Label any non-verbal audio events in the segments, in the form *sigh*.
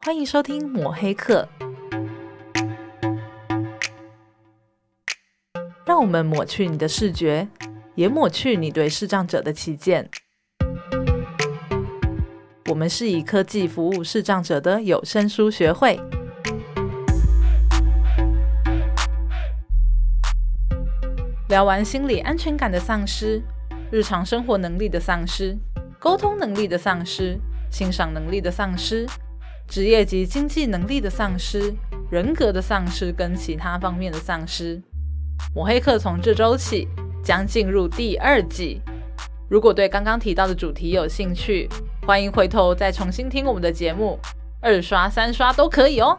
欢迎收听抹黑课，让我们抹去你的视觉，也抹去你对视障者的偏见。我们是以科技服务视障者的有声书学会。聊完心理安全感的丧失，日常生活能力的丧失，沟通能力的丧失，欣赏能力的丧失，职业及经济能力的丧失，人格的丧失跟其他方面的丧失。抹黑课从这周起将进入第二季。如果对刚刚提到的主题有兴趣，欢迎回头再重新听我们的节目，二刷、三刷都可以哦。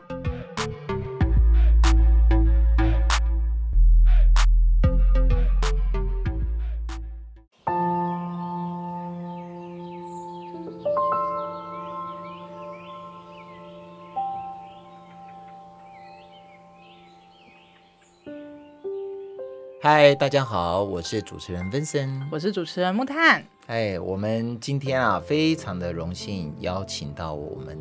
嗨，大家好，我是主持人 Vincent。我是主持人木炭，哎，我们今天啊，非常的荣幸邀请到我们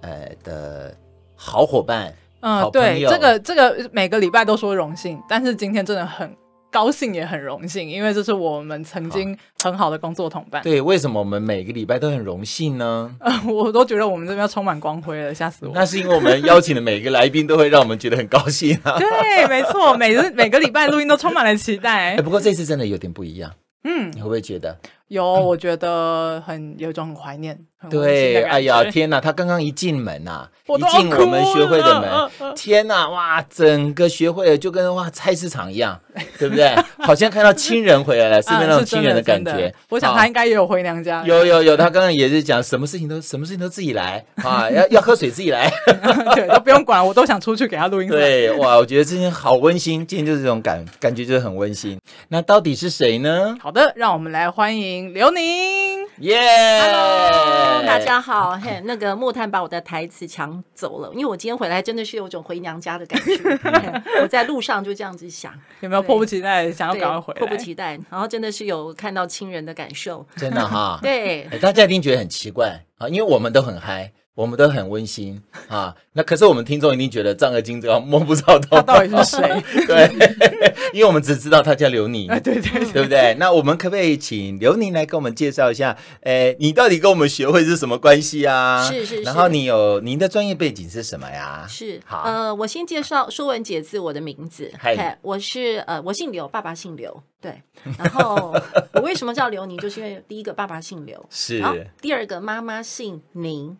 呃的好伙伴，嗯，好对朋，友这个这个每个礼拜都说荣幸，但是今天真的很高兴，也很荣幸，因为这是我们曾经很好的工作同伴。对，为什么我们每个礼拜都很荣幸呢？ *laughs* *laughs* 我都觉得我们这边要充满光辉了，吓死我！那是因为我们邀请的每个来宾都会让我们觉得很高兴啊。对，没错，每日每个礼拜录音都充满了期待哎，。不过这次真的有点不一样，嗯，你会不会觉得？有，我觉得很有一种很怀念，很温馨的对，感哎呀，觉天哪！他刚刚一进门啊，我一都要进我们哭学会的了门，嗯嗯天呐，哇，整个学会了就跟哇菜市场一 *laughs* 样，对不对？好像看到亲人回来了，身边那嗯种是真亲人感真觉。我想啊他应该也有回娘家，有有有，他刚刚也是讲什么事情都什么事情都自己来 *laughs* 啊，要要喝水自己来。 *laughs* 对，都不用管，我都想出去给他录音。，对，哇，我觉得今天好温馨，今天就是这种感感觉就是很温馨。那到底是谁呢？好的，让我们来欢迎刘宁。耶、 Hello，大家好。嘿，那个木炭把我的台词抢走了，因为我今天回来真的是有种回娘家的感觉。 *laughs* 嘿我在路上就这样子想，有没有对迫不及待想要对赶快回来？迫不及待，然后真的是有看到亲人的 *laughs* 感受。真的哈。对，哎大家一定觉得很奇怪啊，因为我们都很嗨，我们都很温馨啊。那可是我们听众一定觉得丈二金这个摸不着头他到底是谁？ *laughs* 对，因为我们只知道他叫 *laughs* 刘宁，啊，对对对，对不对？那我们可不可以请刘宁来跟我们介绍一下？诶，你到底跟我们学会是什么关系啊？是是然是后你有您的专业背景是什么呀？是好呃，我先介绍《说文解字》我的名字。嗨嘿我是呃，我姓刘，爸爸姓刘。对，然后我为什么叫刘宁，就是因为第一个爸爸姓刘， *laughs* 是然后第二个妈妈姓宁。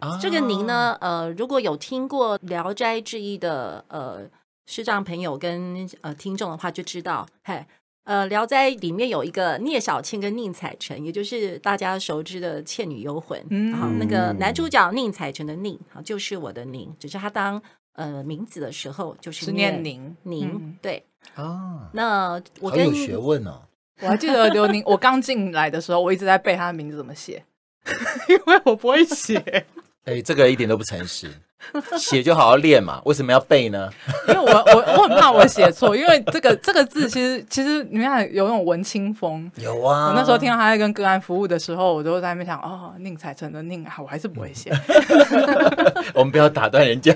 啊这个您？呢，呃，如果有听过《聊斋志异》的呃视障朋友跟呃听众的话，就知道，嘿，呃，《聊斋》里面有一个聂小倩跟宁采臣，也就是大家熟知的《倩女幽魂》嗯好，那个嗯男主角宁采臣的宁，好，就是我的宁，只是他当呃名字的时候就是是念宁宁，嗯对。啊，那我好跟有学问哦。我还记得刘宁，我刚进来的时候，我一直在背他的名字怎么写， *laughs* 因为我不会写，哎，这个一点都不诚实，写就好好练嘛，为什么要背呢？ *laughs* 因为我我我很怕我写错，因为这个这个字其实其实你看有那种文青风。有啊，我那时候听到他在跟个案服务的时候，我都在那边想，哦，宁采臣的宁啊，我还是不会写。 *laughs* 我们不要打断人家。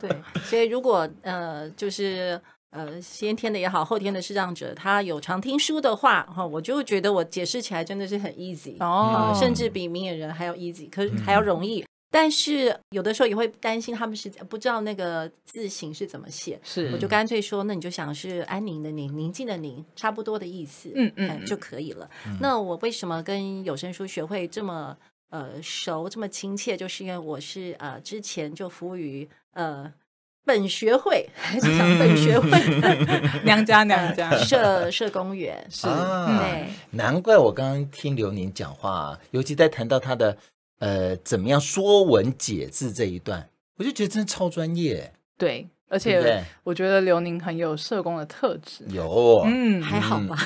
对，所以如果呃，就是呃，先天的也好，后天的视障者，他有常听书的话，哈、我就觉得我解释起来真的是很 easy，、哦，嗯甚至比明眼人还要 easy，可是还要容易。但是有的时候也会担心他们是不知道那个字形是怎么写，是我就干脆说，那你就想是安宁的宁，宁静的宁，差不多的意思，嗯嗯哎嗯就可以了。那我为什么跟有声书学会这么呃熟，这么亲切，就是因为我是呃之前就服务于呃本学会， *laughs* 就想本学会嗯 *laughs* 娘家娘 *laughs* 家呃社社工员，是啊嗯对，难怪我刚刚听刘宁讲话、啊，尤其在谈到他的呃怎么样《说文解字》这一段，我就觉得真的超专业，对，而对不且对？我觉得刘宁很有社工的特质。有，嗯，还好吧。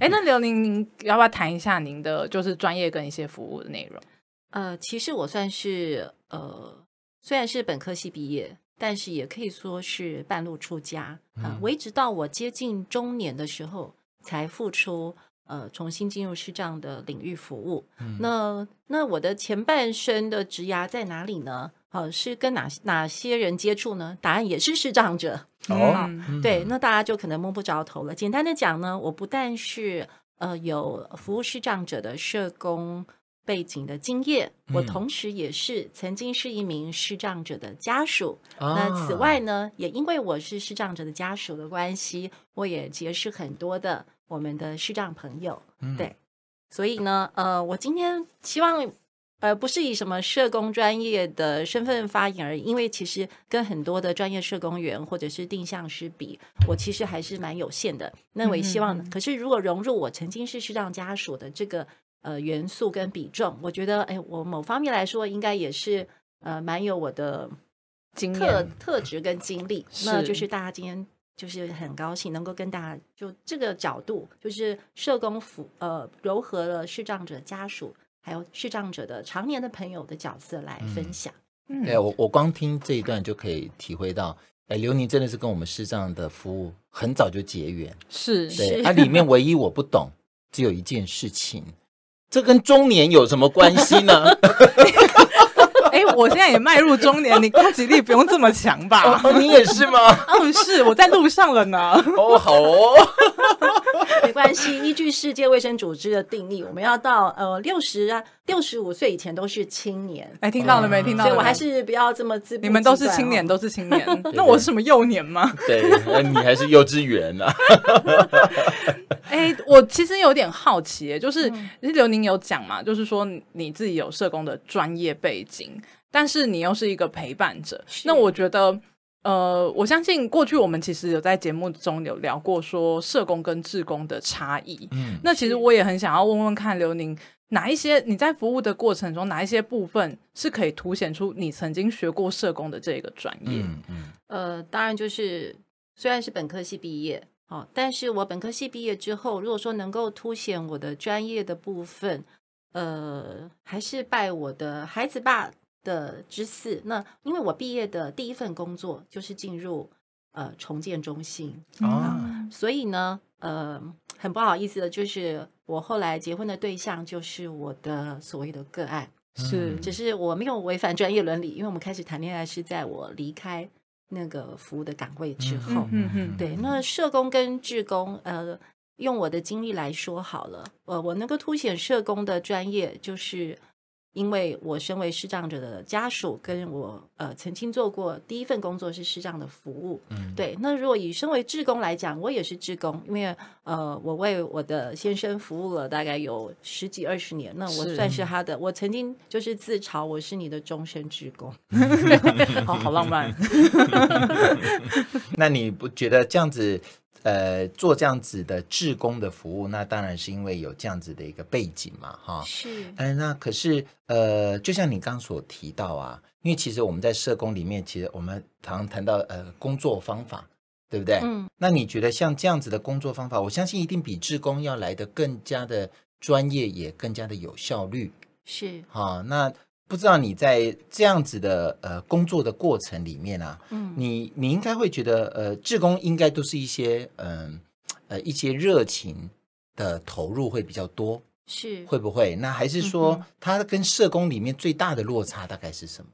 哎，那刘宁，您要不要谈一下您的就是专业跟一些服务的内容？呃，其实我算是呃，虽然是本科系毕业，但是也可以说是半路出家啊、呃嗯我一直到我接近中年的时候，才付出呃重新进入师丈的领域服务。嗯那那我的前半生的职涯在哪里呢？呃，是跟哪哪些人接触呢？答案也是视障者。哦，嗯嗯对，，那大家就可能摸不着头了。简单的讲呢，我不但是呃有服务视障者的社工背景的经验，我嗯同时也是曾经是一名视障者的家属。那啊此外呢，也因为我是视障者的家属的关系，我也结识很多的我们的视障朋友。嗯对所以呢，呃，我今天希望。呃，不是以什么社工专业的身份发言而已，因为其实跟很多的专业社工员或者是定向师比，我其实还是蛮有限的。那我也希望，嗯嗯嗯可是如果融入我曾经是视障家属的这个呃元素跟比重，我觉得，哎，我某方面来说应该也是呃蛮有我的经特验特质跟经历，那就是是大家今天就是很高兴能够跟大家就这个角度，就是社工服呃柔和了视障者家属还有视障者的常年的朋友的角色来分享。嗯对啊，我我光听这一段就可以体会到，哎，刘宁真的是跟我们视障的服务很早就结缘。是对，是它、里面唯一我不懂，只有一件事情，这跟中年有什么关系呢？ *laughs* 哎、我现在也迈入中年，你攻击力不用这么强吧？哦，你也是吗？ *laughs* 嗯，是我在路上了呢。 *laughs* 哦，好哦， *laughs* 没关系，依据世界卫生组织的定义，我们要到呃六十啊六十五岁以前都是青年，哎，听到了没？听到所了以没，我还是不要这么自、啊你们都是青年，。都是青年。 *laughs* 那我是什么幼年吗？对，呃你还是幼稚园啊。哎、我其实有点好奇，就是其实刘宁有讲嘛，就是说你自己有社工的专业背景，但是你又是一个陪伴者。那我觉得，呃，我相信过去我们其实有在节目中有聊过说社工跟志工的差异。嗯，那其实是我也很想要问问看刘宁，哪一些你在服务的过程中，哪一些部分是可以凸显出你曾经学过社工的这个专业？嗯嗯，呃，当然就是虽然是本科系毕业，哦，但是我本科系毕业之后，如果说能够凸显我的专业的部分，呃，还是拜我的孩子爸的之赐。那因为我毕业的第一份工作就是进入呃重建中心，啊，所以呢，呃，很不好意思的就是我后来结婚的对象就是我的所谓的个案。是嗯只是我没有违反专业伦理，因为我们开始谈恋爱是在我离开那个服务的岗位之后。嗯嗯对，那社工跟志工，呃，用我的经历来说好了，呃，我能够凸显社工的专业，就是因为我身为视障者的家属，跟我呃曾经做过第一份工作是视障的服务，嗯，对，那如果以身为志工来讲，我也是志工，因为呃，我为我的先生服务了大概有十几二十年，那我是算是他的，我曾经就是自嘲我是你的终身志工。好好浪漫。那你不觉得这样子，呃，做这样子的志工的服务，那当然是因为有这样子的一个背景嘛，哈。是，哎，那可是呃，就像你刚所提到啊，因为其实我们在社工里面，其实我们常谈到呃工作方法，对不对？嗯，那你觉得像这样子的工作方法，我相信一定比志工要来的更加的专业，也更加的有效率是，哈、那不知道你在这样子的呃工作的过程里面啊，嗯，你你应该会觉得，呃，志工应该都是一些，嗯、呃，一些热情的投入会比较多，是，会不会？那还是嗯说，它跟社工里面最大的落差大概是什么？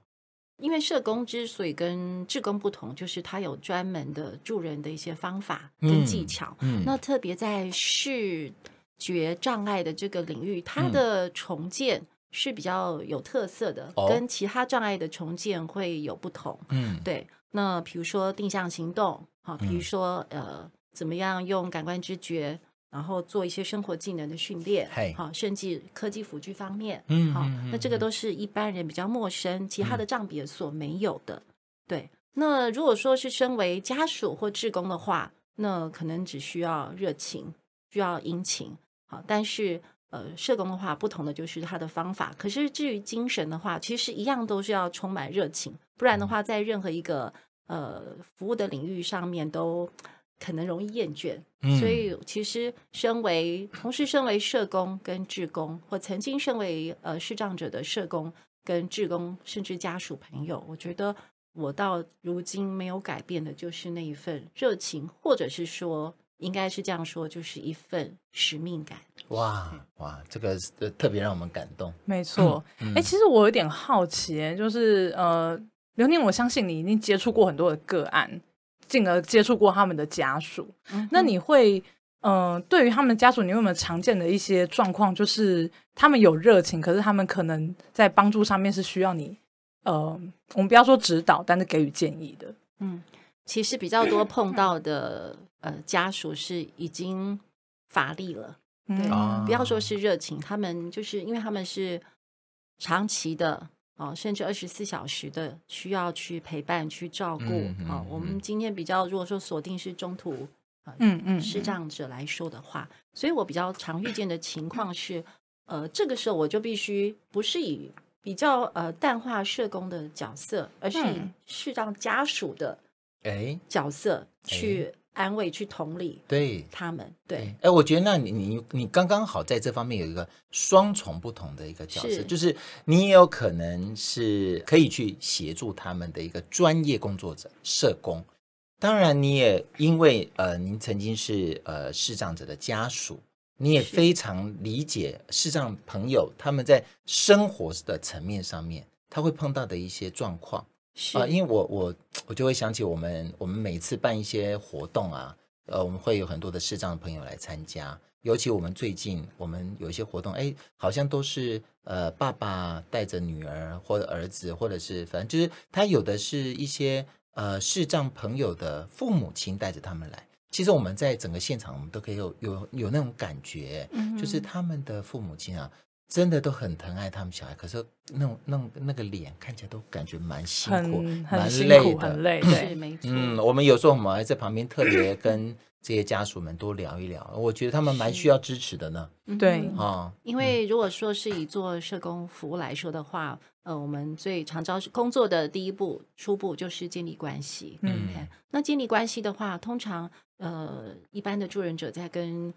因为社工之所以跟志工不同，就是他有专门的助人的一些方法跟技嗯巧。嗯，那特别在视觉障碍的这个领域，它嗯的重建是比较有特色的，哦跟其他障碍的重建会有不同。嗯，对，那比如说定向行动，好，比嗯如说呃，怎么样用感官知觉，然后做一些生活技能的训练嘿，好，甚至科技辅具方面，嗯好嗯，那嗯这个都是一般人比较陌生，其他的障别所没有的。对，那如果说是身为家属或志工的话，那可能只需要热情，需要殷勤。好，但是呃，社工的话，不同的就是他的方法。可是至于精神的话，其实一样都是要充满热情，不嗯然的话，在任何一个呃服务的领域上面都可能容易厌倦。嗯所以其实身为同时身为社工跟志工，或曾经身为呃视障者的社工跟志工，甚至家属朋友，我觉得我到如今没有改变的就是那一份热情，或者是说应该是这样说，就是一份使命感。哇哇，这个是呃特别让我们感动。没错。 *clears throat* 哎、嗯其实我有点好奇、就是呃，刘宁，我相信你一定接触过很多的个案，进而接触过他们的家属。那你会，嗯、对于他们的家属，你有没有常见的一些状况，就是他们有热情，可是他们可能在帮助上面是需要你，呃，我们不要说指导，但是给予建议的。嗯，其实比较多碰到的呃家属是已经乏力了，嗯对啊不要说是热情，他们就是因为他们是长期的哦，甚至二十四小时的需要去陪伴、去照顾嗯嗯哦。我嗯们今天比较如果说锁定是中途嗯嗯，视障者来说的话，所以我比较常遇见的情况是，呃，这个时候我就必须不是以比较呃淡化社工的角色，而是以嗯视障家属的哎，角色去安慰、去同理对。他们。对，哎，我觉得那你你你刚刚好在这方面有一个双重不同的一个角色，是就是你也有可能是可以去协助他们的一个专业工作者社工，当然你也因为呃您曾经是呃视障者的家属，你也是非常理解视障朋友他们在生活的层面上面他会碰到的一些状况。是啊、因为我我我就会想起我们我们每次办一些活动啊，呃，我们会有很多的视障朋友来参加，尤其我们最近我们有一些活动，哎，好像都是呃爸爸带着女儿或者儿子，或者是反正就是他有的是一些呃视障朋友的父母亲带着他们来。其实我们在整个现场，我们都可以有有有那种感觉，就是他们的父母亲啊，真的都很疼爱他们小孩，可是那种那种那个脸看起来都感觉蛮辛苦很、很蛮辛累苦，的很。 *laughs* 累，是对，没错，嗯，我们有时候我们还在旁边特 *clears throat* 别跟这些家属们多聊一聊，我觉得他们蛮需要支持的呢。嗯对哼啊、因为如果说是以做社工服务来说的话，呃，我们最常招工作的第一步、初步就是建立关系。嗯哎，那建立关系的话，通常呃，一般的助人者在跟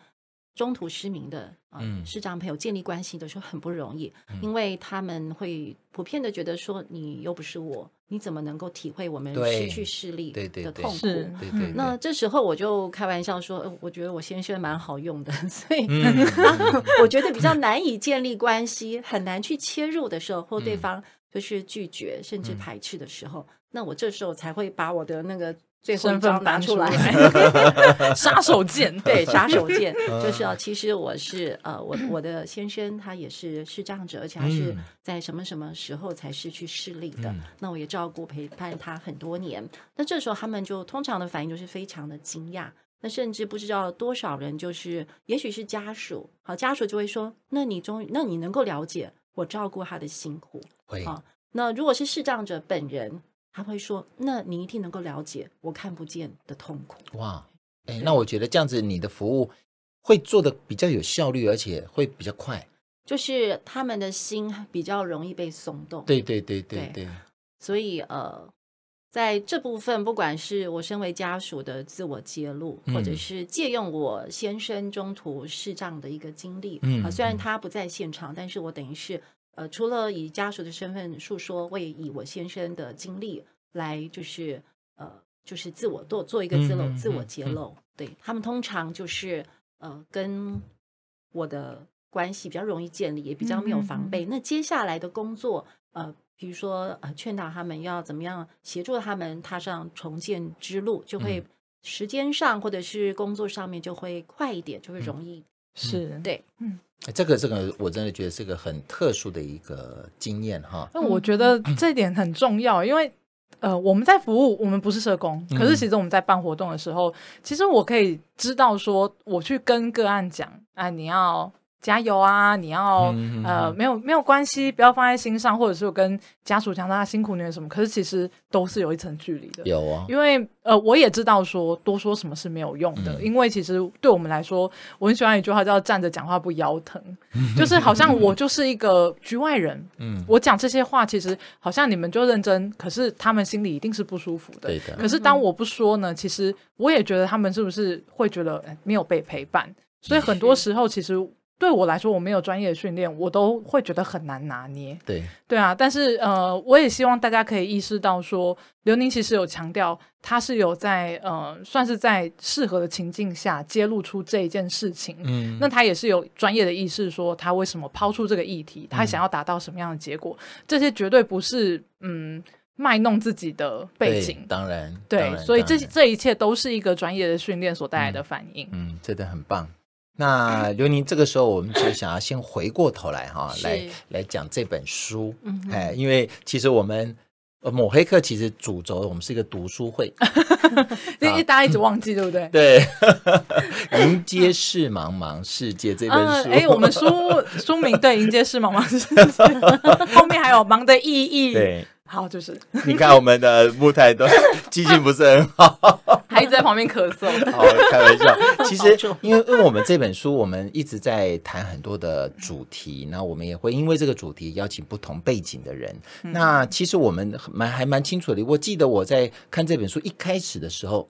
中途失明的啊、呃嗯视障朋友建立关系的时候很不容易，因为他们会普遍的觉得说，你又不是我，你怎么能够体会我们对失去视力对对的对痛苦？是对对对，嗯那这时候我就开玩笑说，呃我觉得我先生蛮好用的， *laughs* 所以、嗯 *laughs* *laughs* 我觉得比较难以建立关系，很难去切入的时候，或对方就是拒绝甚至排斥的时候，那我这时候才会把我的那个最后一身份招拿搬出来来。， *laughs* 杀手锏，对，杀手锏就是啊，其实我是呃，我我的先生他也是视障者，而且他是嗯在什么什么时候才失去视力的。嗯那我也照顾陪伴他很多年。那这时候他们就通常的反应就是非常的惊讶，那甚至不知道多少人就是，也许是家属，好家属就会说：“那你终于，那你能够了解我照顾他的辛苦。”会啊那如果是视障者本人，他会说：“那你一定能够了解我看不见的痛苦。”哇，哎，那我觉得这样子你的服务会做的比较有效率，而且会比较快。就是他们的心比较容易被松动。，对对对对对对，所以呃，在这部分，不管是我身为家属的自我揭露，嗯或者是借用我先生中途视障的一个经历，嗯啊虽然嗯他不在现场，但是我等于是呃，除了以家属的身份述说，我也以我先生的经历来，就是呃，就是自我做做一个自露、嗯嗯嗯自我揭露。对他们通常就是呃，跟我的关系比较容易建立，也比较没有嗯嗯防嗯备。那接下来的工作，呃，比如说呃，劝导他们要怎么样协助他们踏上重建之路，就嗯会时间上或者是工作上面就会快一点，嗯就会容易。是。对，哎这个这个我真的觉得是个很特殊的一个经验哈。那我觉得嗯这点很重要，因为呃，我们在服务，我们不是社工，可嗯是其实我们在办活动的时候，其实我可以知道说，我去跟个案讲，啊、你要加油啊，你要、嗯嗯呃，嗯没有没有关系，不要放在心上，或者是我跟家属讲大家啊辛苦你了什么，可是其实都是有一层距离的。有哦，因为呃，我也知道说多说什么是没有用的，嗯因为其实对我们来说，我很喜欢一句话叫“站着讲话不腰 *laughs* 疼”，就是好像我就是一个局外人，嗯，我讲这些话，其实好像你们就认真，可是他们心里一定是不舒服的。对的，可是当我不说呢，其实我也觉得他们是不是会觉得哎没有被陪伴？所以很多时候，其实对我来说，我没有专业的训练，我都会觉得很难拿捏。对，对啊，但是呃，我也希望大家可以意识到说，刘宁其实有强调，他是有在呃，算是在适合的情境下揭露出这一件事情。嗯那他也是有专业的意识，说他为什么抛出这个议嗯题，他想要达到什么样的结果，这些绝对不是嗯卖弄自己的背对景。当然当对，然所以当这然这一切都是一个专业的训练所带来的反应。嗯，真的很棒。 *laughs* 那刘宁，这个时候我们就想要先回过头来哈，是来来讲这本书。嗯哼哎，因为其实我们呃抹黑课其实主轴我们是一个读书会， *laughs* 因为、大家一直忘记，对不对？对，迎接世茫茫世界这本嗯，书。哎、我们书书名对迎接是茫茫世界，后面还有忙的意义。， *laughs* 对，好，就是你看我们的木台都 *laughs* 记性不是很好，还一直在旁边咳 *laughs* 嗽。好哦开玩笑。其实，因为因为我们这本书，我们一直在谈很多的主题，那我们也会因为这个主题邀请不同背景的人。那其实我们很蛮还蛮清楚的。我记得我在看这本书一开始的时候，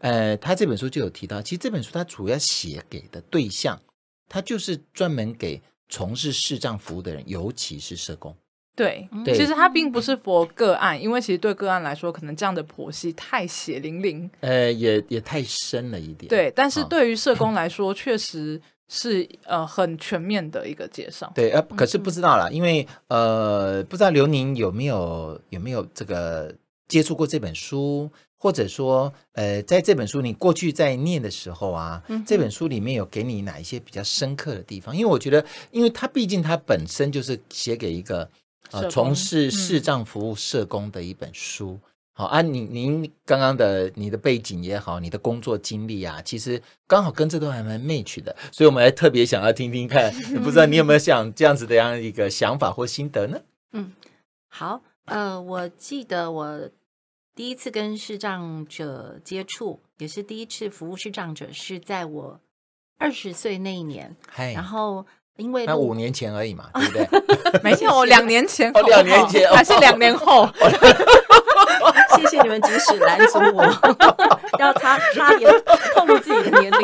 呃，他这本书就有提到，其实这本书它主要写给的对象，它就是专门给从事视障服务的人，尤其是社工。 *laughs* 对，嗯对其实它并不是佛个案，因为其实对个案来说，可能这样的剖析太血淋淋。呃，也也太深了一点。啊对，但是好对于社工来说，确实是呃很全面的一个介 *laughs* 绍。对，呃，可是不知道啦，因为呃，不知道刘宁有没有有没有这个接触过这本书，或者说，呃，在这本书你过去在念的时候啊，这本书里面有给你哪一些比较深刻的地方？因为我觉得，因为它毕竟它本身就是写给一个呃社从工事嗯视障服务社工的一本书。好啊，您您刚刚的你的背景也好，你的工作经历啊，其实刚好跟这都还蛮 match 的，所以我们还特别想要听听看，不知道你有没 *laughs* 有想这样子的样一个想法或心得呢？好，呃，我记得我第一次跟视障者接触，也是第一次服务视障者，是在我二十岁那一年。嗨哎然，后因为那路五年前而已 *laughs* 嘛，对不对？没有，两年前好哦不好，两年前哦还是两年 *laughs* 后， *laughs* 谢谢你们及时拦阻我， *laughs* 要差差点透露自己的年龄。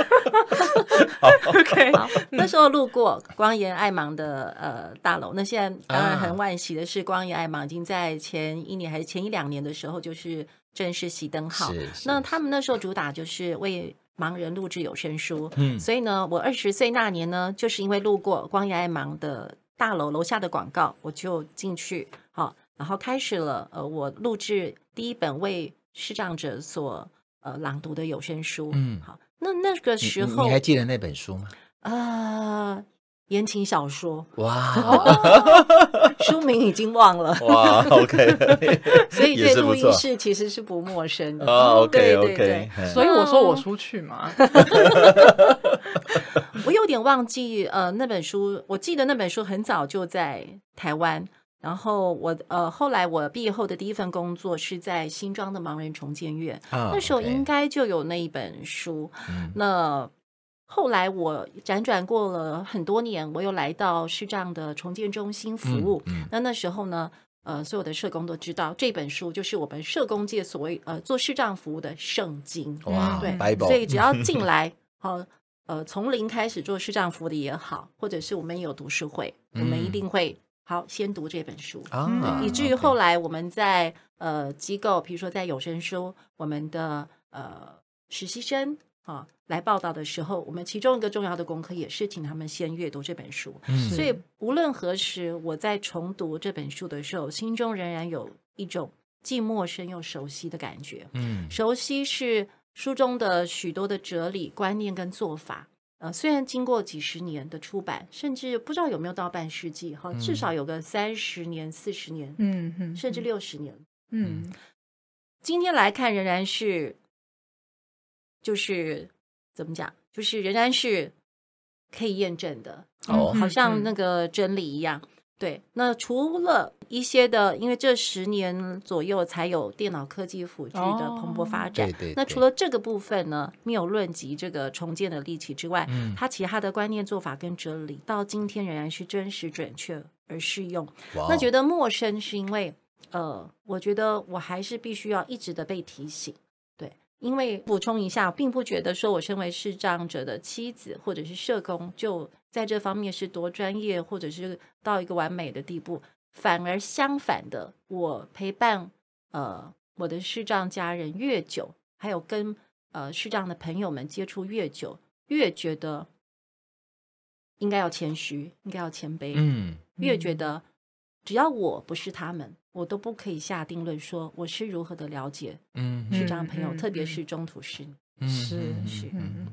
*laughs* OK，好，嗯那时候路过光研爱盲的呃大楼，那现在当然很惋惜的是，光研爱盲已经在前一年还是前一两年的时候，就是正式熄灯号。是是那他们那时候主打就是为盲人录制有声书，嗯所以呢，我二十岁那年呢，就是因为路过光研爱盲的大楼楼下的广告，我就进去，好，然后开始了呃，我录制第一本为视障者所呃朗读的有声书，嗯好，那那个你时你候你还记得那本书吗？啊，言情小说，哇，书名已经忘了 *laughs* 哇，OK， *laughs* 所以也对是不录错音室其实是不陌生的。哦，OK 对对 OK，对所以我说我出去嘛，我有点忘记，呃，那本书，我记得那本书很早就在台湾。然后我呃，后来我毕业后的第一份工作是在新庄的盲人重建院，那那时候应该就有那一本书。啊嗯那后来我辗转过了很多年，我又来到市障的重建中心服务。嗯嗯那那时候呢，呃，所有的社工都知道这本书就是我们社工界所谓呃做市障服务的圣经。哇嗯对，Bible，所以只要 *laughs* 进来，好、呃，从零开始做市障服务的也好，或者是我们也有读书会，我们一嗯定会好先读这本书。啊，嗯以至于 OK 后来我们在呃机构，比如说在有声书，我们的呃实习生啊来报道的时候，我们其中一个重要的功课也是请他们先阅读这本书。嗯所以无论何时，我在重读这本书的时候，心中仍然有一种既陌生又熟悉的感觉。嗯熟悉是书中的许多的哲理、观念跟做法。呃，虽然经过几十年的出版，甚至不知道有没有到半世纪，哈，至少有个三十年、四十年，嗯嗯，甚至六十年。嗯今天来看，仍然是，就是怎么讲，就是仍然是可以验证的，哦好像嗯那个真理一样。对，那除了一些的，因为这十年左右才有电脑科技辅具的哦蓬勃发展。对对那对除了这个部分呢，谬论及这个重建的利器之外，嗯它其他的观念、做法跟哲理，到今天仍然是真实、准确而适用。哇那哦觉得陌生是因为，呃，我觉得我还是必须要一直的被提醒，对，因为补充一下，并不觉得说我身为视障者的妻子或者是社工，就在这方面是多专业，或者是到一个完美的地步。反而相反的，我陪伴呃我的视障家人越久，还有跟呃视障的朋友们接触越久，越觉得应该要谦虚，应该要谦卑，嗯越觉得只要我不是他们，我都不可以下定论说我是如何的了解嗯视是障朋友，嗯嗯特别嗯是中途生。嗯是嗯是嗯嗯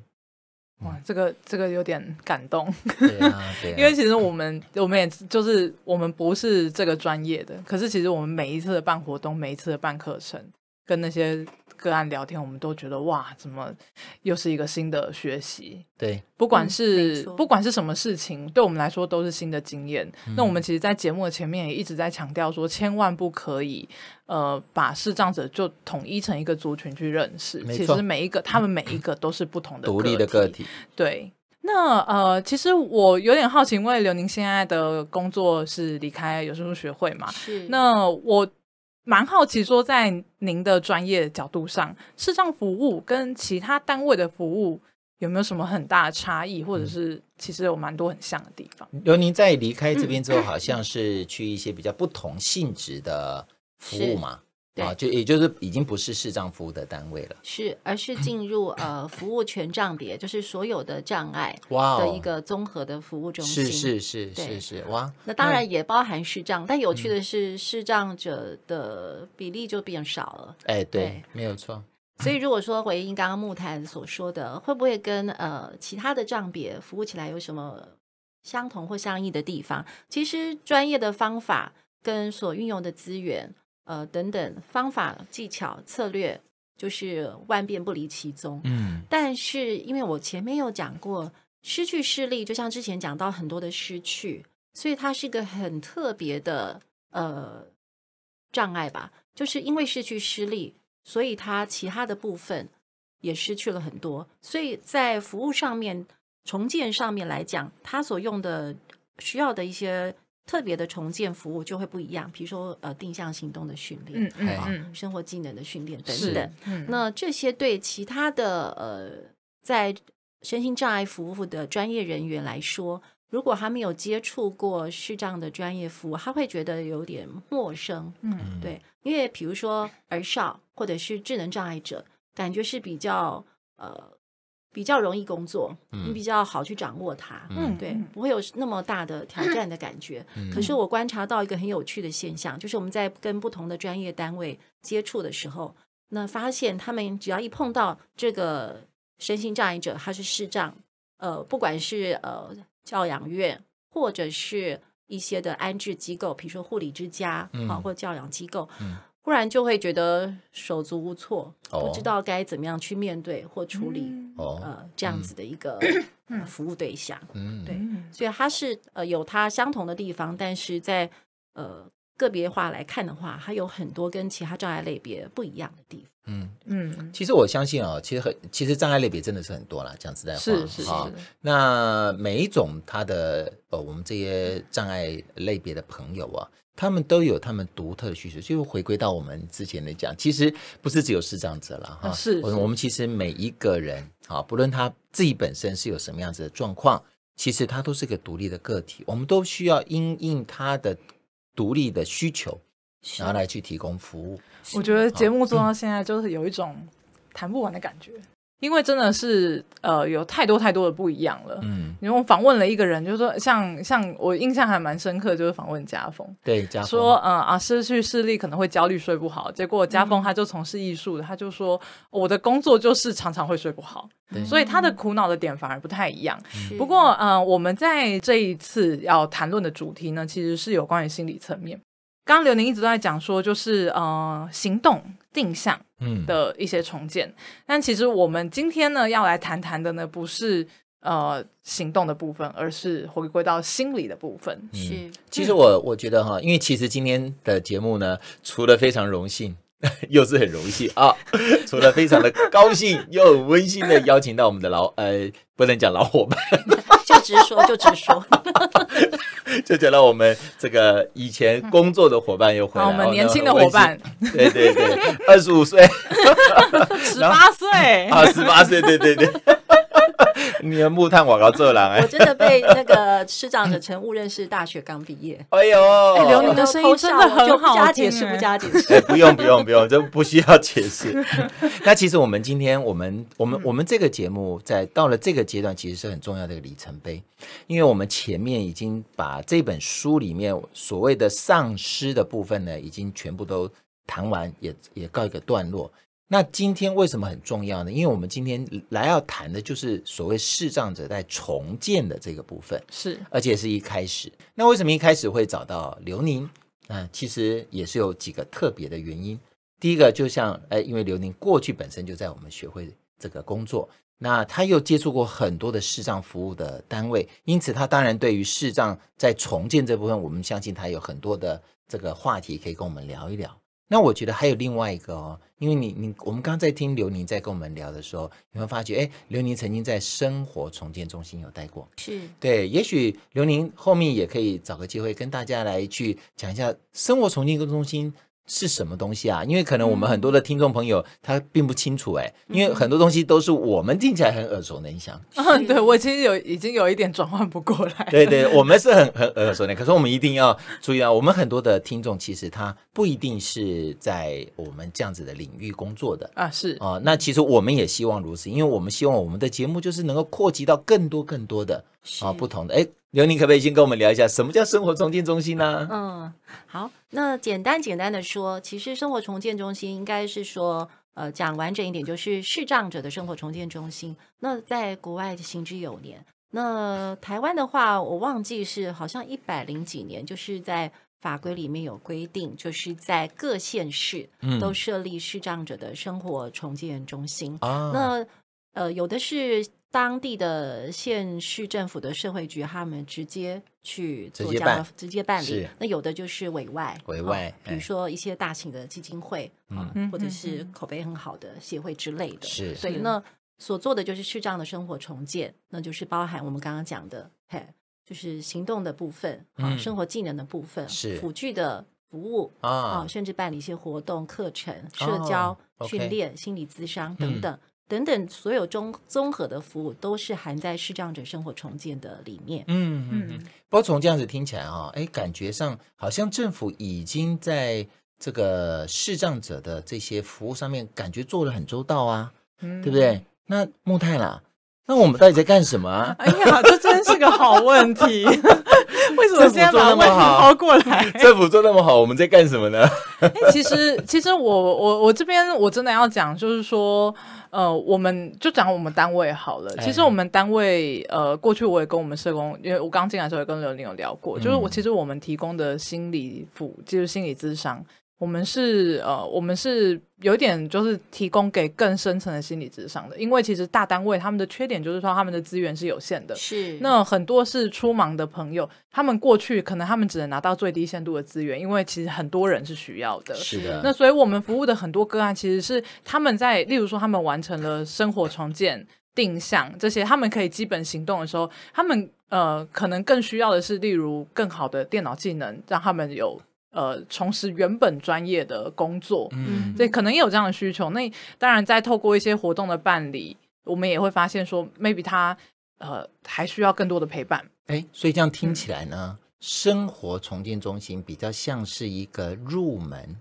哇，这个这个有点感动，对啊，对 *laughs* 啊，因为其实我们我们也就是我们不是这个专业的，可是其实我们每一次的办活动，每一次的办课程，跟那些个案聊天，我们都觉得哇，怎么又是一个新的学习？对不管嗯是没、错不管是什么事情，对我们来说都是新的经验。嗯那我们其实，在节目的前面也一直在强调说，千万不可以呃把视障者就统一成一个族群去认识。没其错实每一个他们每一个都是不同的独立的个体。体，对，那呃，其实我有点好奇，因为刘宁现在的工作是离开有声书学会嘛？是那我蛮好奇，说在您的专业角度上，视障服务跟其他单位的服务有没有什么很大的差异，或者是其实有蛮多很像的地方？刘宁在离开这嗯边之后，好像是去一些比较不同性质的服务嘛，是啊，就也就是已经不是视障服务的单位了。是，而是进入呃服务全障别，就是所有的障碍哇哦的一个综合的服务中心。是是是是对是，哇，那当然也包含视障，但有趣的是视障者的比例就变少了。哎，对对，没有错，所以如果说回应刚刚木坛所说的，会不会跟呃其他的障别服务起来有什么相同或相异的地方？其实专业的方法跟所运用的资源，呃等等方法、技巧、策略，就是万变不离其宗。嗯，但是因为我前面有讲过，失去视力，就像之前讲到很多的失去，所以它是一个很特别的呃障碍吧。就是因为失去视力，所以它其他的部分也失去了很多。所以在服务上面、重建上面来讲，它所用的需要的一些特别的重建服务就会不一样，比如说呃定向行动的训练嗯、嗯好嗯，生活技能的训练等是等。嗯那这些对其他的呃，在身心障碍服务的专业人员来说，如果他没有接触过视障的专业服务，他会觉得有点陌生。嗯对，因为比如说儿少或者是智能障碍者，感觉是比较呃比较容易工作，嗯你比较好去掌握它。嗯对，不会有那么大的挑战的感觉。嗯可是我观察到一个很有趣的现象，就是我们在跟不同的专业单位接触的时候，那发现他们只要一碰到这个身心障碍者，他是视障，呃，不管是呃教养院或者是一些的安置机构，比如说护理之家嗯啊，或教养机构嗯，忽然就会觉得手足无措，哦不知道该怎么样去面对或处嗯理哦，呃这样子的一个呃服务对象。嗯，对所以它是呃有它相同的地方，但是在呃个别化来看的话，它有很多跟其他障碍类别不一样的地方。嗯，嗯，其实我相信哦，其实很，其实障碍类别真的是很多啦，讲实在话，是是是好，那每一种他的呃，我们这些障碍类别的朋友啊，他们都有他们独特的需求，就回归到我们之前的讲，其实不是只有视障者了哈，啊是我是我们其实每一个人啊，不论他自己本身是有什么样子的状况，其实他都是个独立的个体，我们都需要因应他的独立的需求，然后来去提供服务。我觉得节目做到现在，就是有一种谈不完的感觉，因为真的是呃有太多太多的不一样了。嗯，因为我访问了一个人，就是说像像我印象还蛮深刻，就是访问家峰，对，加分说嗯啊失去视力可能会焦虑睡不好，结果家峰他就从事艺术的，他就说我的工作就是常常会睡不好，对所以他的苦恼的点反而不太一样。是不过，呃，我们在这一次要谈论的主题呢，其实是有关于心理层面。刚刚刘宁一直都在讲说，就是呃，行动定向嗯的一些重建。但其实我们今天呢，要来谈谈的呢，不是呃行动的部分，而是回归到心理的部嗯分。是其实我我觉得哈，因为其实今天的节目呢，除了非常荣幸 *laughs* 又是很荣幸啊！ *laughs* 除了非常的高兴， *laughs* 又很温馨的邀请到我们的老呃，不能讲老伙伴， *laughs* 就直说，就直说。就讲到我们这个以前工作的伙伴又回来，啊好，我们哦年轻的伙，伴，那很温馨对对对， *laughs* 二十五岁十然八岁，啊，十八岁，对对对， *laughs* 你的木炭广告做了，*laughs* 我哎，嗯真的被那个师长的陈误认识大学刚毕业。哎呦，哎刘宁我你的就声偷音真笑的我就很好不加解听释哎不加解 *laughs* 释。哎，不用不用不用，这不需要解释。那其实我们今天我们我们我们这个节目在到了这个阶段，其实是很重要的一个里程碑，因为我们前面已经把这本书里面所谓的丧失的部分呢，已经全部都谈完，也也告一个段落。那今天为什么很重要呢？因为我们今天来要谈的就是所谓视障者在重建的这个部分。 *laughs* 是而且是一开始。那为什么一开始会找到刘宁？嗯、其实也是有几个特别的原因。第一个，就像哎，因为刘宁过去本身就在我们学会这个工作，那他又接触过很多的视障服务的单位，因此他当然对于视障在重建这部分，我们相信他有很多的这个话题可以跟我们聊一聊。那我觉得还有另外一个哦，因为你你我们刚刚在听刘宁在跟我们聊的时候，你会发觉，哎，刘宁曾经在生活重建中心有待过，是对，也许刘宁后面也可以找个机会跟大家来去讲一下生活重建中心是什么东西啊？因为可能我们很多的听众朋友他并不清楚哎、因为很多东西都是我们听起来很耳熟能详。嗯， *laughs* 对我已经有已经有一点转换不过来，对对，我们是很很耳熟能，可是我们一定要注意到，啊我们很多的听众其实他不一定是在我们这样子的领域工作 *laughs* 的。啊，是哦，那其实我们也希望如此，因为我们希望我们的节目就是能够扩及到更多更多的啊、是不同的。哎，刘宁可不可以先跟我们聊一下什么叫生活重建中心呢、嗯，好，那简单简单的说，其实生活重建中心应该是说，呃，讲完整一点，就是视障者的生活重建中心。那在国外行之有年，那台湾的话，我忘记是好像一百零几年，就是在法规里面有规定，就是在各县市嗯都设立视障者的生活重建中心。啊，那呃，有的是当地的县市政府的社会局，他们直接去直做接这样办的直接办理是。那有的就是委外，委啊外比如哎说一些大型的基金会啊嗯，或者嗯是嗯口碑很好的协会之类的。是对是，那所做的就是视障的生活重建，那就是包含我们刚刚讲的，嘿，就是行动的部分啊，嗯生活技能的部分，是辅具的服务啊哦啊，甚至办理一些活动、课程、社交、 OK 训练、心理咨商嗯等等、等等，所有综综合的服务都是含在视障者生活重建的里面。嗯嗯嗯嗯。，不过从这样子听起来啊、哎，感觉上好像政府已经在这个视障者的这些服务上面，感觉做的很周到啊，对对不？对？那木炭啦，那我们到底在干什么啊？ *laughs* 哎呀，这真是个好问题，为什么现在把问题抛过来？政府做那么好，我们在干什么呢？哎，其实其实我我我这边我真的要讲，就是说，呃，我们就讲我们单位好了。哎其实我们单位，呃，过去我也跟我们社工，因为我刚进来的时候也跟刘玲有聊过，就是我嗯其实我们提供的心理辅，就是心理咨商，我们是呃，我们是有点就是提供给更深层的心理咨商的，因为其实大单位他们的缺点就是说他们的资源是有限的，嗯是那很多是出盲的朋友，他们过去可能他们只能拿到最低限度的资源，因为其实很多人是需要的。是的，那所以我们服务的很多个案，其实是他们在，例如说他们完成了生活重建、定向这些，他们可以基本行动的时候，他们呃可能更需要的是，例如更好的电脑技能，让他们有呃从事原本专业的工作。嗯对，可能也有这样的需求。那当然，在透过一些活动的办理，我们也会发现说，maybe 他呃还需要更多的陪伴。哎，所以这样嗯听起来呢，生活重建中心比较像是一个入门，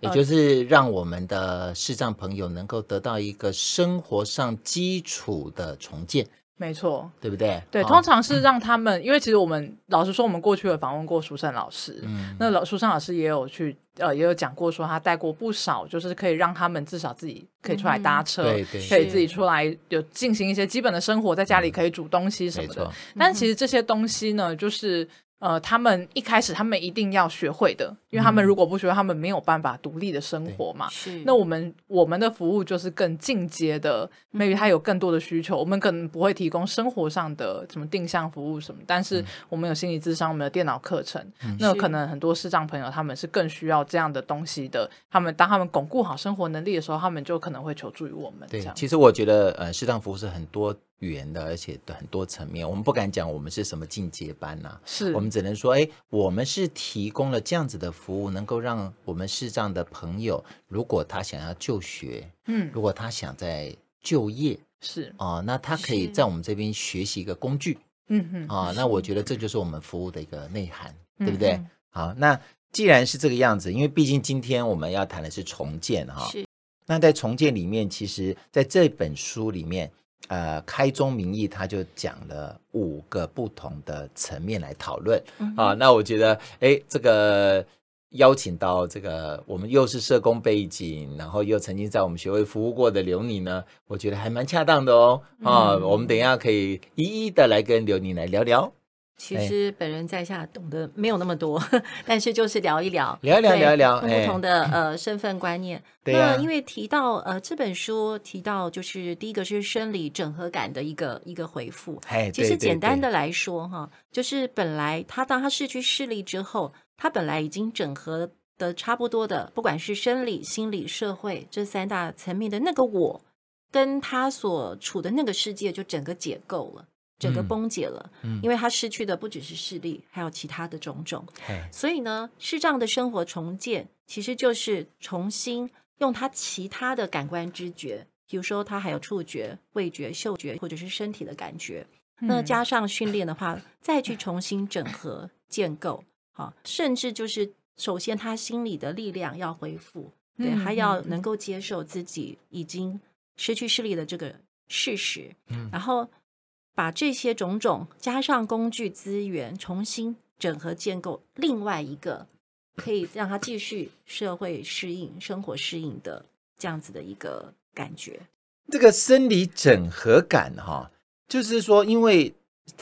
也呃就是让我们的视障朋友能够得到一个生活上基础的重建，没错，对不对？对，哦通常是让他们，因为其实我们老实说，我们过去有访问过舒胜老师，嗯那老舒胜老师也有去呃也有讲过说，他带过不少，就是可以让他们至少自己可以出来搭车，对对嗯可以是自己出来有进行一些基本的生活，在家里可以煮东西什没么的错。，但其实这些东西呢，就是呃，他们一开始他们一定要学会的，因为他们嗯如果不学会，他们没有办法独立的生活嘛。是那我们我们的服务就是更进阶的，maybe 嗯他有更多的需求，我们可能不会提供生活上的什么定向服务什么，但嗯是我们有心理智商，我们有电脑课程，那是可能很多视障朋友他们是更需要这样的东西的。他们当他们巩固好生活能力的时候，他们就可能会求助于我们。这对，样其实我觉得呃，适当服务是很多元的，而且很多层面。我们不敢讲我们是什么进阶班呐、是我们只能说，哎，我们是提供了这样子的服务，能够让我们视障的朋友，如果他想要就学，嗯如果他想在就业是哦、那他可以是在我们这边学习一个工具嗯嗯啊、那我觉得这就是我们服务的一个内涵，嗯对不对？嗯好，那既然是这个样子，因为毕竟今天我们要谈的是重建哈、是那在重建里面，其实在这本书里面，呃，开宗明义他就讲了五个不同的层面来讨论嗯啊。那我觉得，哎，这个邀请到这个我们又是社工背景，然后又曾经在我们学会服务过的刘妮呢，我觉得还蛮恰当的哦。啊，嗯我们等一下可以一一的来跟刘妮来聊聊，其哎实本人在下懂得没有那么多， *laughs* 但是就是聊一聊，聊一聊对聊一聊不同哎 *laughs* 的呃身份观念。对呀那因为提到呃这本书提到就是第一个是生理整合感的一个一个回复，哎，其对实对简单对的来说哈，就是本来他当他失去视力之后，他本来已经整合的差不多的，不管是生理、心理、社会这三大层面的那个我，跟他所处的那个世界就整个解构了，整个嗯崩解了。嗯因为他失去的不只是视力，还有其他的种种。哎所以呢，视障的生活重建其实就是重新用他其他的感官知觉，比如说他还有触觉、味觉、嗅觉，或者是身体的感觉。那嗯加上训练的话，再去重新整合、建构，好，甚至就是首先他心理的力量要恢复，对嗯他要嗯能够接受自己已经失去视力的这个事实，嗯然后把这些种种加上工具资源，重新整合建构另外一个可以让他继续社会适应、生活适应的这样子的一个感觉。这个生理整合感哈、就是说，因为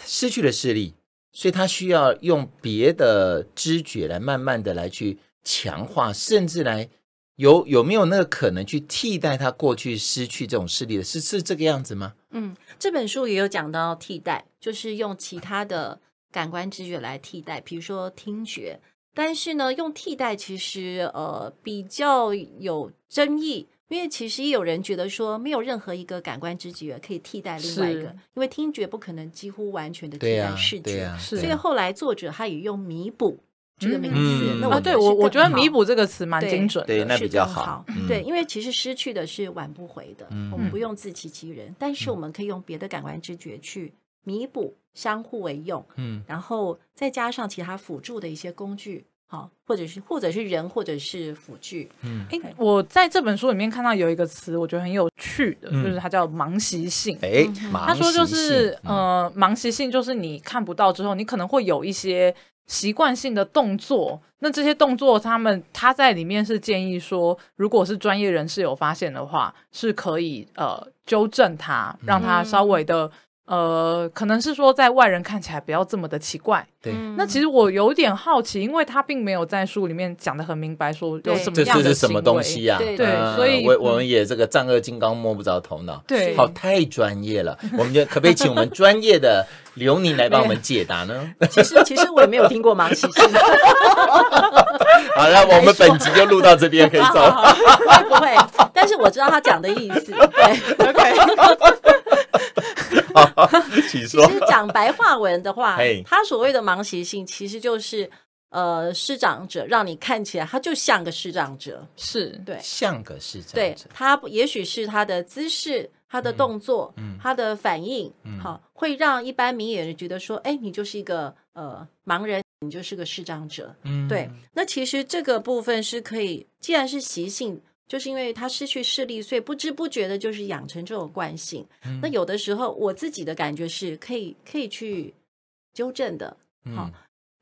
失去了视力，所以他需要用别的知觉来慢慢的来去强化，甚至来有有没有那个可能去替代他过去失去这种视力的，是是这个样子吗？嗯，这本书也有讲到替代，就是用其他的感官知觉来替代，比如说听觉。但是呢，用替代其实呃比较有争议，因为其实也有人觉得说，没有任何一个感官知觉可以替代另外一个，是因为听觉不可能几乎完全的对替呀、啊代视对啊觉。呀、是所以后来作者他也用弥补这个名词。嗯那我啊，觉对得我我觉得弥弥补。补这个词蛮对精准的，对那是比较更好好嗯。对，因为其实失去的是挽不回的，我们不用自欺欺人，但是我们可以用别的感官知觉去弥补，相互为用，嗯，然后再加上其他辅助的一些工具，好，或者是或者是人，或者是辅具，诶，我在这本书里面看到有一个词，我觉得很有趣的，嗯就是它叫盲习性。哎，嗯他他说就是、嗯呃，盲习性就是你看不到之后，你可能会有一些习惯性的动作。那这些动作，他们他在里面是建议说，如果是专业人士有发现的话，是可以呃纠正他，让嗯他稍微的。呃，可能是说在外人看起来不要这么的奇怪。对，嗯那其实我有点好奇，因为他并没有在书里面讲的很明白，说有对什么这样这的是什行么东为西呀、对对呃所以嗯我我们也这个丈二金刚摸不着头脑。对，好，太专业了，我们就可不可以请我们专业的刘宁来帮我们解答呢？其实其实我也没有听过盲骑士，好了，我们本集就录到这边，可以好走。好好不会不会，但是我知道他讲的意思。 *laughs* 对请其实讲白话文的话嘿，他所谓的盲习性，其实就是呃，视障者让你看起来他就像个视障者，是对像个市长，对他不也许是他的姿势、他的动作、嗯他的反应，好会让一般明眼人觉得说，哎，你就是一个呃盲人，你就是个视障者。嗯对，，那其实这个部分是可以，既然是习性，就是因为他失去视力，所以不知不觉的就是养成这种惯性。那嗯有的时候我自己的感觉是可以可以去纠正的，好嗯，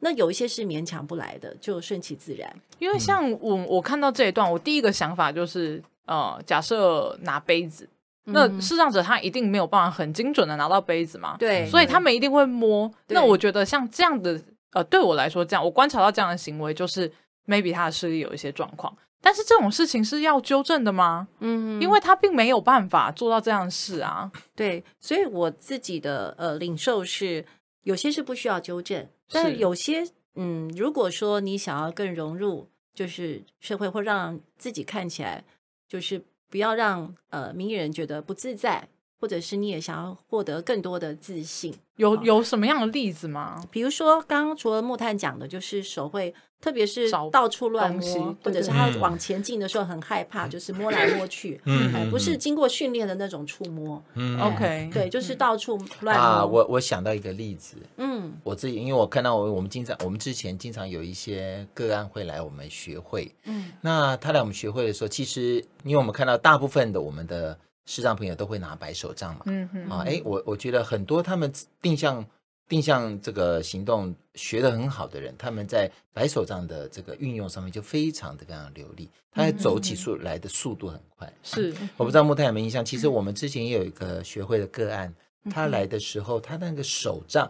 那有一些是勉强不来的，就顺其自然。因为像我我看到这一段，我第一个想法就是，呃，假设拿杯子，那嗯视障者他一定没有办法很精准的拿到杯子嘛，对，所以他们一定会摸。对那我觉得像这样的呃，对我来说，这样我观察到这样的行为，就是 maybe 他的视力有一些状况。但是这种事情是要纠正的吗？嗯因为他并没有办法做到这样的事啊。对，所以我自己的呃领受是，有些是不需要纠正，是但有些嗯，如果说你想要更融入就是社会，或让自己看起来就是不要让呃名艺人觉得不自在，或者是你也想要获得更多的自信，有有什么样的例子吗？比如说刚刚除了木炭讲的，就是手会，特别是找到处乱东西摸，或对者对是他对往前进的时候很害怕，就是摸来摸去，嗯哎嗯不是嗯经过训练的那种触摸。嗯 OK 对，就是到处乱摸。啊，我我想到一个例子，嗯我自己因为我看到我我们经常我们之前经常有一些个案会来我们学会，嗯那他来我们学会的时候，其实因为我们看到大部分的我们的视障朋友都会拿白手杖嘛，嗯哼，啊，哎，我我觉得很多他们定向定向这个行动学得很好的人，他们在白手杖的这个运用上面就非常的非常流利，他在走嗯起速来的速度很快。是我不知道木太有没有印象，其嗯实我们之前也有一个学会的个案，他来的时候，他那个手杖，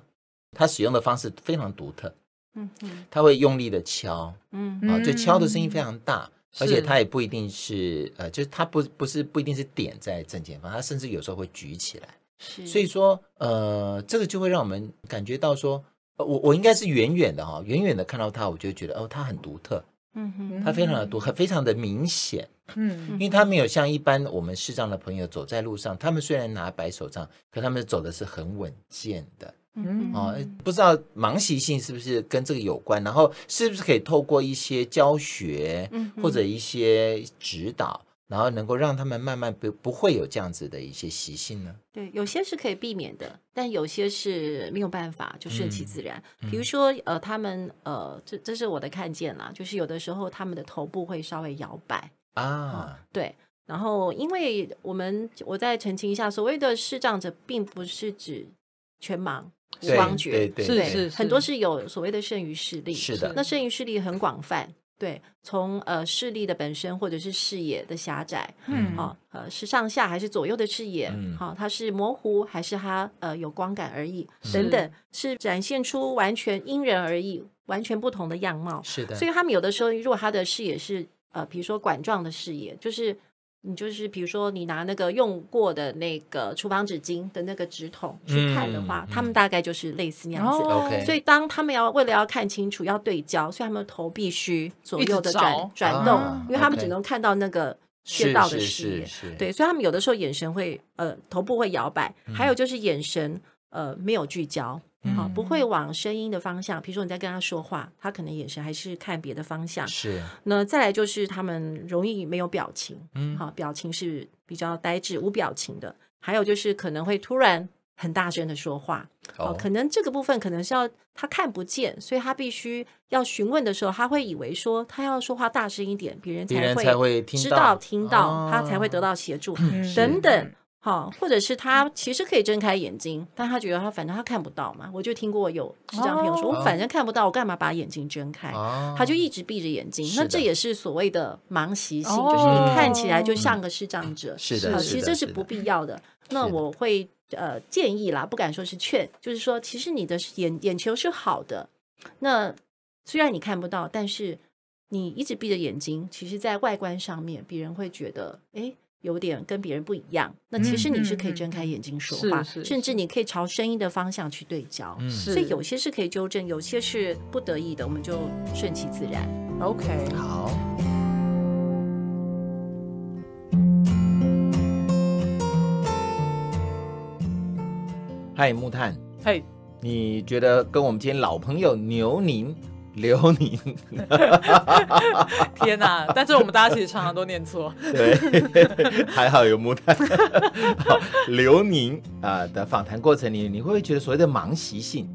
他使用的方式非常独特，嗯嗯他会用力的敲，嗯啊，就敲的声音非常大，而嗯是且它也不一定是呃，就是它不不是不一定是点在正前方，它甚至有时候会举起来。是所以说，呃，这个就会让我们感觉到说，呃我我应该是远远的哈、远远的看到它，我就觉得哦，它很独特，嗯哼它非常的独，很非常的明显，嗯因为它没有像一般我们视障的朋友走在路上，他们虽然拿白手杖，可他们走的是很稳健的。嗯哦，不知道盲习性是不是跟这个有关？然后是不是可以透过一些教学嗯哼或者一些指导，然后能够让他们慢慢不不会有这样子的一些习性呢？对，有些是可以避免的，但有些是没有办法，就顺嗯其自然。比如说，呃，他们呃，这这是我的看见啦，就是有的时候他们的头部会稍微摇摆，啊，对。然后，因为我们我再澄清一下，所谓的视障者，并不是指全盲、无对光觉，对是对是很多是有所谓的剩余视力。是的那剩余视力很广泛，对，从呃视力的本身或者是视野的狭窄，嗯啊、呃，是上下还是左右的视野？嗯好、它是模糊还是它呃有光感而已？是等等，是展现出完全因人而异、完全不同的样貌。是的，所以他们有的时候，如果他的视野是呃，比如说管状的视野，就是你就是比如说你拿那个用过的那个厨房纸巾的那个纸筒去看的话，嗯他们大概就是类似那样子。哦 OK 所以，当他们要为了要看清楚，要对焦，所以他们的头必须左右的一直找转转动，啊因为他们 OK 只能看到那个是穴道是的视野。是是，对，所以他们有的时候眼神会呃头部会摇摆，嗯还有就是眼神呃没有聚焦，好、嗯不会往声音的方向，比如说你在跟他说话，他可能眼神还是看别的方向。是，那再来就是他们容易没有表情，嗯好、表情是比较呆滞无表情的，还有就是可能会突然很大声的说话，哦，可能这个部分可能是要他看不见，所以他必须要询问的时候，他会以为说他要说话大声一点，别人别才人会才会听知到道听到，他哦才会得到协助、嗯等等。好，或者是他其实可以睁开眼睛，但他觉得他反正他看不到嘛。我就听过有是这样朋友说，哦我反正看不到，我干嘛把眼睛睁开？哦他就一直闭着眼睛，是那的这也是所谓的盲习性，哦就是你看起来就嗯像个视障者，是的是的好啊呃其实这是是的不必要的。那是的我会呃建议啦，不敢说是劝，就是说其实你的眼眼球是好的，那虽然你看不到，但是你一直闭着眼睛，其实在外观上面，别人会觉得诶有点跟别人不一样。那其实你是可以睁开眼睛说话，嗯嗯嗯嗯是是甚至你可以朝声音的方向去对焦。嗯是所以有些是可以纠正，有些是不得已的，我们就顺其自然。 OK，好。嗨，木炭，嘿，你觉得跟我们今天老朋友牛宁、刘宁，天哪！但是我们大家其实常常都念错， *laughs* *laughs* 对， *laughs* 还好有木炭，好刘宁啊、的访谈过程里，你会不会觉得所谓的盲习性，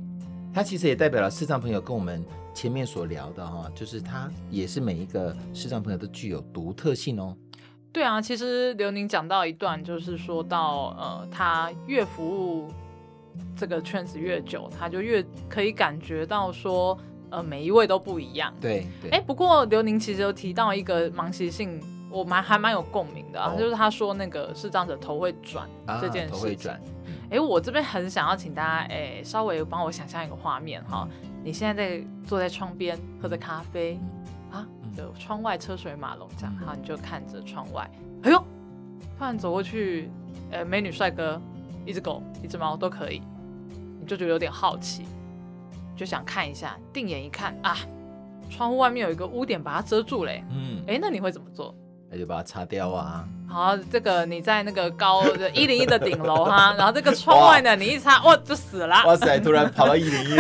它其实也代表了视障朋友跟我们前面所聊的哈、就是它也是每一个视障朋友都具有独特性哦。对啊，其实刘宁讲到一段，就是说到呃，他越服务这个圈子越久，他就越可以感觉到说，呃，每一位都不一样。对，对哎，不过刘宁其实有提到一个盲习性，我蛮还蛮有共鸣的、啊哦就是他说那个视障者头会转啊这件头事会情。转，哎、我这边很想要请大家哎稍微帮我想象一个画面哈，你现在在坐在窗边喝着咖啡啊，有窗外车水马龙这样，嗯好，你就看着窗外，哎呦，突然走过去，呃，美女帅哥，一只狗，一只猫都可以，你就觉得有点好奇，就想看一下，定眼一看啊，窗户外面有一个污点把它遮住嘞，嗯，哎，那你会怎么做？那就把它擦掉啊。好，这个你在那个高的一零一的顶楼哈，然后这个窗外呢，你一擦，哇，就死啦，哇塞，突然跑到一零一，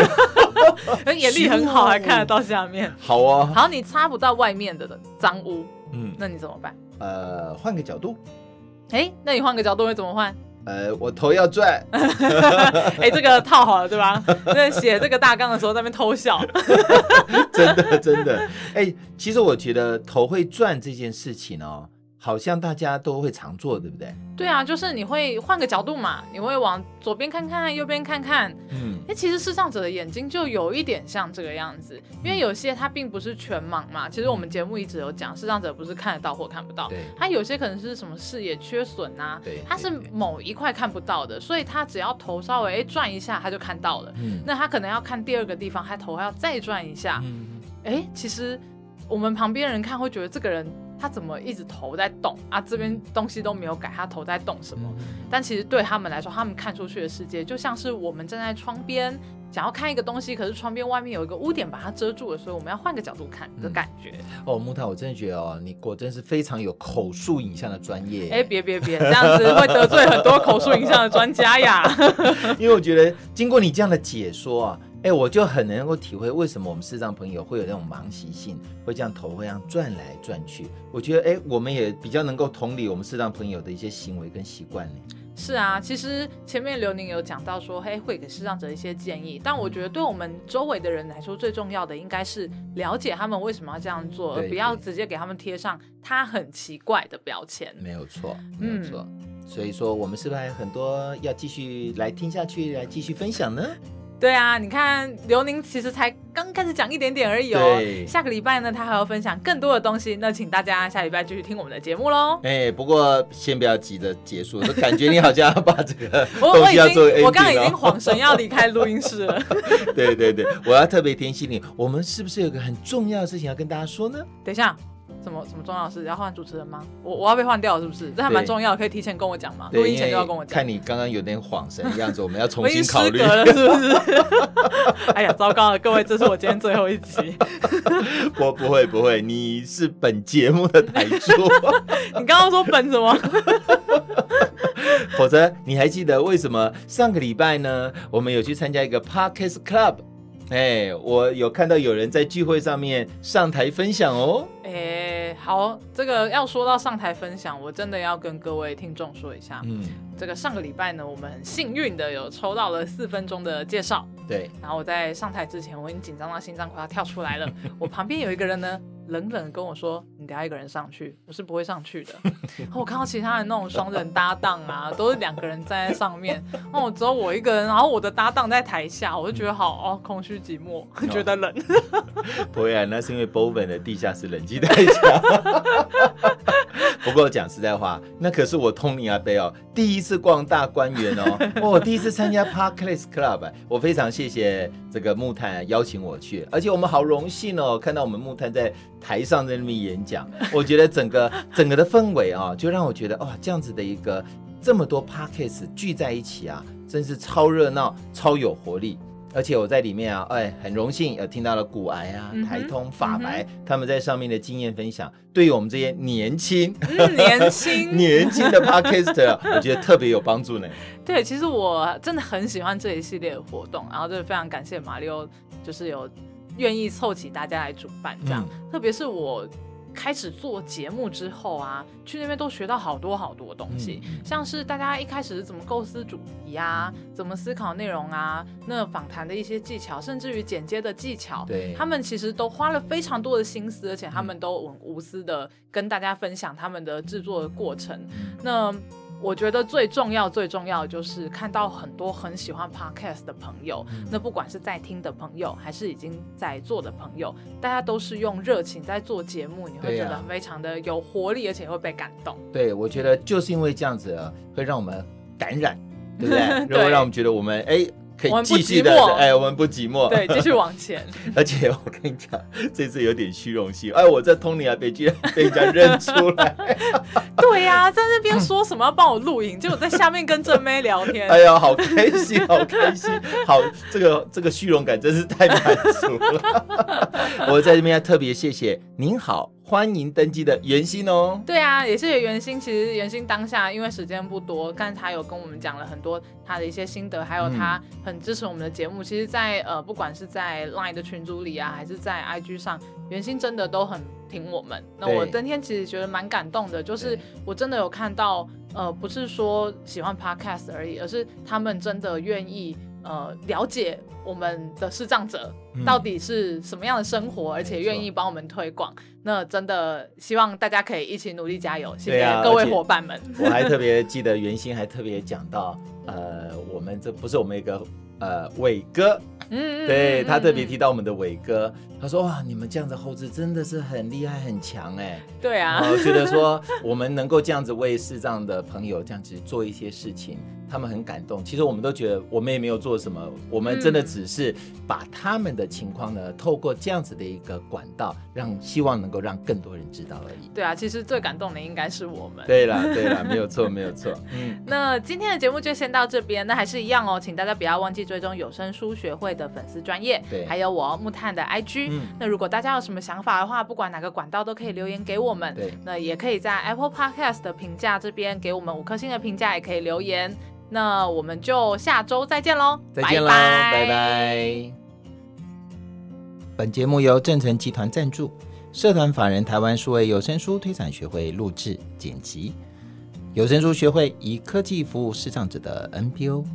很 *laughs* 眼力很好，还看得到下面。 *laughs* 好啊。好，你擦不到外面的脏污，嗯，那你怎么办？呃，换个角度，哎，那你换个角度会怎么换？呃，我头要转，哎，这个套好了对吧？那写这个大纲的时候在那边偷笑， *laughs* 真的真的。哎、其实我觉得头会转这件事情哦，好像大家都会常做，对不对？对啊，就是你会换个角度嘛，你会往左边看看，右边看看。嗯，哎，其实视障者的眼睛就有一点像这个样子，因为有些他并不是全盲嘛。其实我们节目一直有讲，视障者不是看得到或看不到，对他有些可能是什么视野缺损啊，对他是对对某一块看不到的，所以他只要头稍微诶转一下，他就看到了。嗯那他可能要看第二个地方，他头还要再转一下。嗯诶，其实我们旁边人看会觉得这个人他怎么一直头在动啊？这边东西都没有改，他头在动什么？嗯但其实对他们来说，他们看出去的世界就像是我们站在窗边想要看一个东西，可是窗边外面有一个污点把它遮住了，所以我们要换个角度看的嗯感觉。哦，木炭，我真的觉得哦，你果真是非常有口述影像的专业。哎、别别别，这样子会得罪很多口述影像的专家呀。 *laughs* 因为我觉得经过你这样的解说啊，哎，我就很能够体会为什么我们视障朋友会有那种盲习性，会这样头会这样转来转去。我觉得，哎，我们也比较能够同理我们视障朋友的一些行为跟习惯呢。是啊，其实前面刘宁有讲到说，嘿，会给视障者一些建议，但我觉得对我们周围的人来说，最重要的应该是了解他们为什么要这样做，而对不要对直接给他们贴上他很奇怪的标签。没有错，没有错。所以说，我们是不是还有很多要继续来听下去，来继续分享呢？对啊，你看刘宁其实才刚开始讲一点点而已哦对。下个礼拜呢，他还要分享更多的东西，那请大家下礼拜继续听我们的节目 *laughs* 喽。哎，不过先不要急着结束，我感觉你好像要把这 *laughs* 个我东我已西要做经 ending 我刚刚已经了恍神要离开录音室了， *laughs* 对对对，我要特别提醒你，我们是不是有个很重要的事情要跟大家说呢？等一下。什么什么重要的事要换主持人吗？我我要被换掉了是不是？这还蛮对重要的，可以提前跟我讲吗？对录音前就要跟我因为讲。看你刚刚有点恍神的样子，我们要重我已经新考失虑格。了是不是？ *laughs* 哎呀，糟糕了，各位，这是我今天最后一集。 *laughs* 我不会不会，你是本节目的台柱，你刚刚说本什 *laughs* 么？ *laughs* 否则你还记得为什么上个礼拜呢？我们有去参加一个 Parkes Club。哎，我有看到有人在聚会上面上台分享哦。哎，好，这个要说到上台分享，我真的要跟各位听众说一下，嗯，这个上个礼拜呢，我们很幸运的有抽到了四分钟的介绍。对，然后我在上台之前，我已经紧张到心脏快要跳出来了。我旁边有一个人呢，冷冷地跟我说：“你等一下一个人上去，我是不会上去的。”然后我看到其他的那种双人搭档啊，都是两个人站在上面，然后只有我一个人，然后我的搭档在台下，我就觉得好哦，空虚寂寞，觉得冷。不会啊，那是因为 Bowen 的地下室冷气太强。不过讲实在话，那可是我通灵阿贝哦，第一次逛大观园 *laughs* 哦，哇我第一次参加 Parkplace Club，哎我非常谢谢这个木炭邀请我去，而且我们好荣幸哦，看到我们木炭在台上在那边演 *laughs* 讲，我觉得整个整个的氛围啊、就让我觉得哇、这样子的一个这么多 Parkes 聚在一起啊，真是超热闹、超有活力。而且我在里面啊，哎，很荣幸有听到了古癌啊、嗯哼台通、法白、他们在上面的经验分享，对于我们这些年轻嗯，年轻。年 *laughs* 轻的 podcaster，我觉得特别有帮助呢。对，其实我真的很喜欢这一系列的活动，然后就是非常感谢马里奥，就是有愿意凑齐大家来主办这样。特别是我开始做节目之后啊，去那边都学到好多好多东西，嗯像是大家一开始是怎么构思主题啊，怎么思考内容啊，那访谈的一些技巧，甚至于剪接的技巧，对嗯他们其实都花了非常多的心思，而且他们都很无私的跟大家分享他们的制作的过程。那我觉得最重要、最重要的就是看到很多很喜欢 podcast 的朋友，嗯那不管是在听的朋友，还是已经在做的朋友，大家都是用热情在做节目，你会对觉呀得非常的有活力，而且会被感动。对，*laughs* 我觉得就是因为这样子啊，会让我们感染，对不对？对然后让我们觉得我们哎。可以我们不继续寂的寞，哎，我们不寂寞，对，继续往前。 *laughs* 而且我跟你讲，这次有点虚荣心。哎，我在通灵啊，被居然 *laughs* 被人家认出 *laughs* 来，对呀、在那边说什么要帮我录影，结果在下面跟正妹聊天。哎呀，好开心，好开心，好，这个这个虚荣感真是太满足了。 *laughs* 我在这边要特别谢谢您好，欢迎登机的袁心哦。对啊，也是袁心。其实袁心当下因为时间不多，但他有跟我们讲了很多他的一些心得，还嗯有他很支持我们的节目。其实在，呃，不管是在 LINE 的群组里啊，还是在 IG 上，袁心真的都很挺我们。那我对当天其实觉得蛮感动的，就是对我真的有看到，呃，不是说喜欢 Podcast 而已，而是他们真的愿意。呃，了解我们的视障者嗯到底是什么样的生活，而且没错愿意帮我们推广。那真的希望大家可以一起努力加油，谢对谢啊各而位且伙伴们。嗯我还特别记得袁心还特别讲到，呃，我们这不是我们一个呃伟哥，嗯，嗯对他特别，嗯提到我们的伟哥，他说哇，你们这样子后置真的是很厉害很强哎、嗯对啊然，后觉得说我们能够这样子为视障的朋友这样子做一些事情，他们很感动。其实我们都觉得我们也没有做什么，我们真的嗯只是把他们的情况呢，透过这样子的一个管道，让希望能够让更多人知道而已。对啊，其实最感动的应该是我们。对啦，对啦，没有错，没有错。嗯，那今天的节目就先到这边，那还是一样哦，请大家不要忘记追踪有声书学会的粉丝专业，对还有我木炭的 IG、嗯那如果大家有什么想法的话，不管哪个管道都可以留言给我们，对那也可以在 Apple Podcast 的评价这边给我们五颗星的评价，也可以留言。那我们就下周再见喽，再见喽，拜拜。本节目由正成集团赞助，社团法人台湾数位有声书推展学会录制剪辑。有声书学会以科技服务视障者的 NPO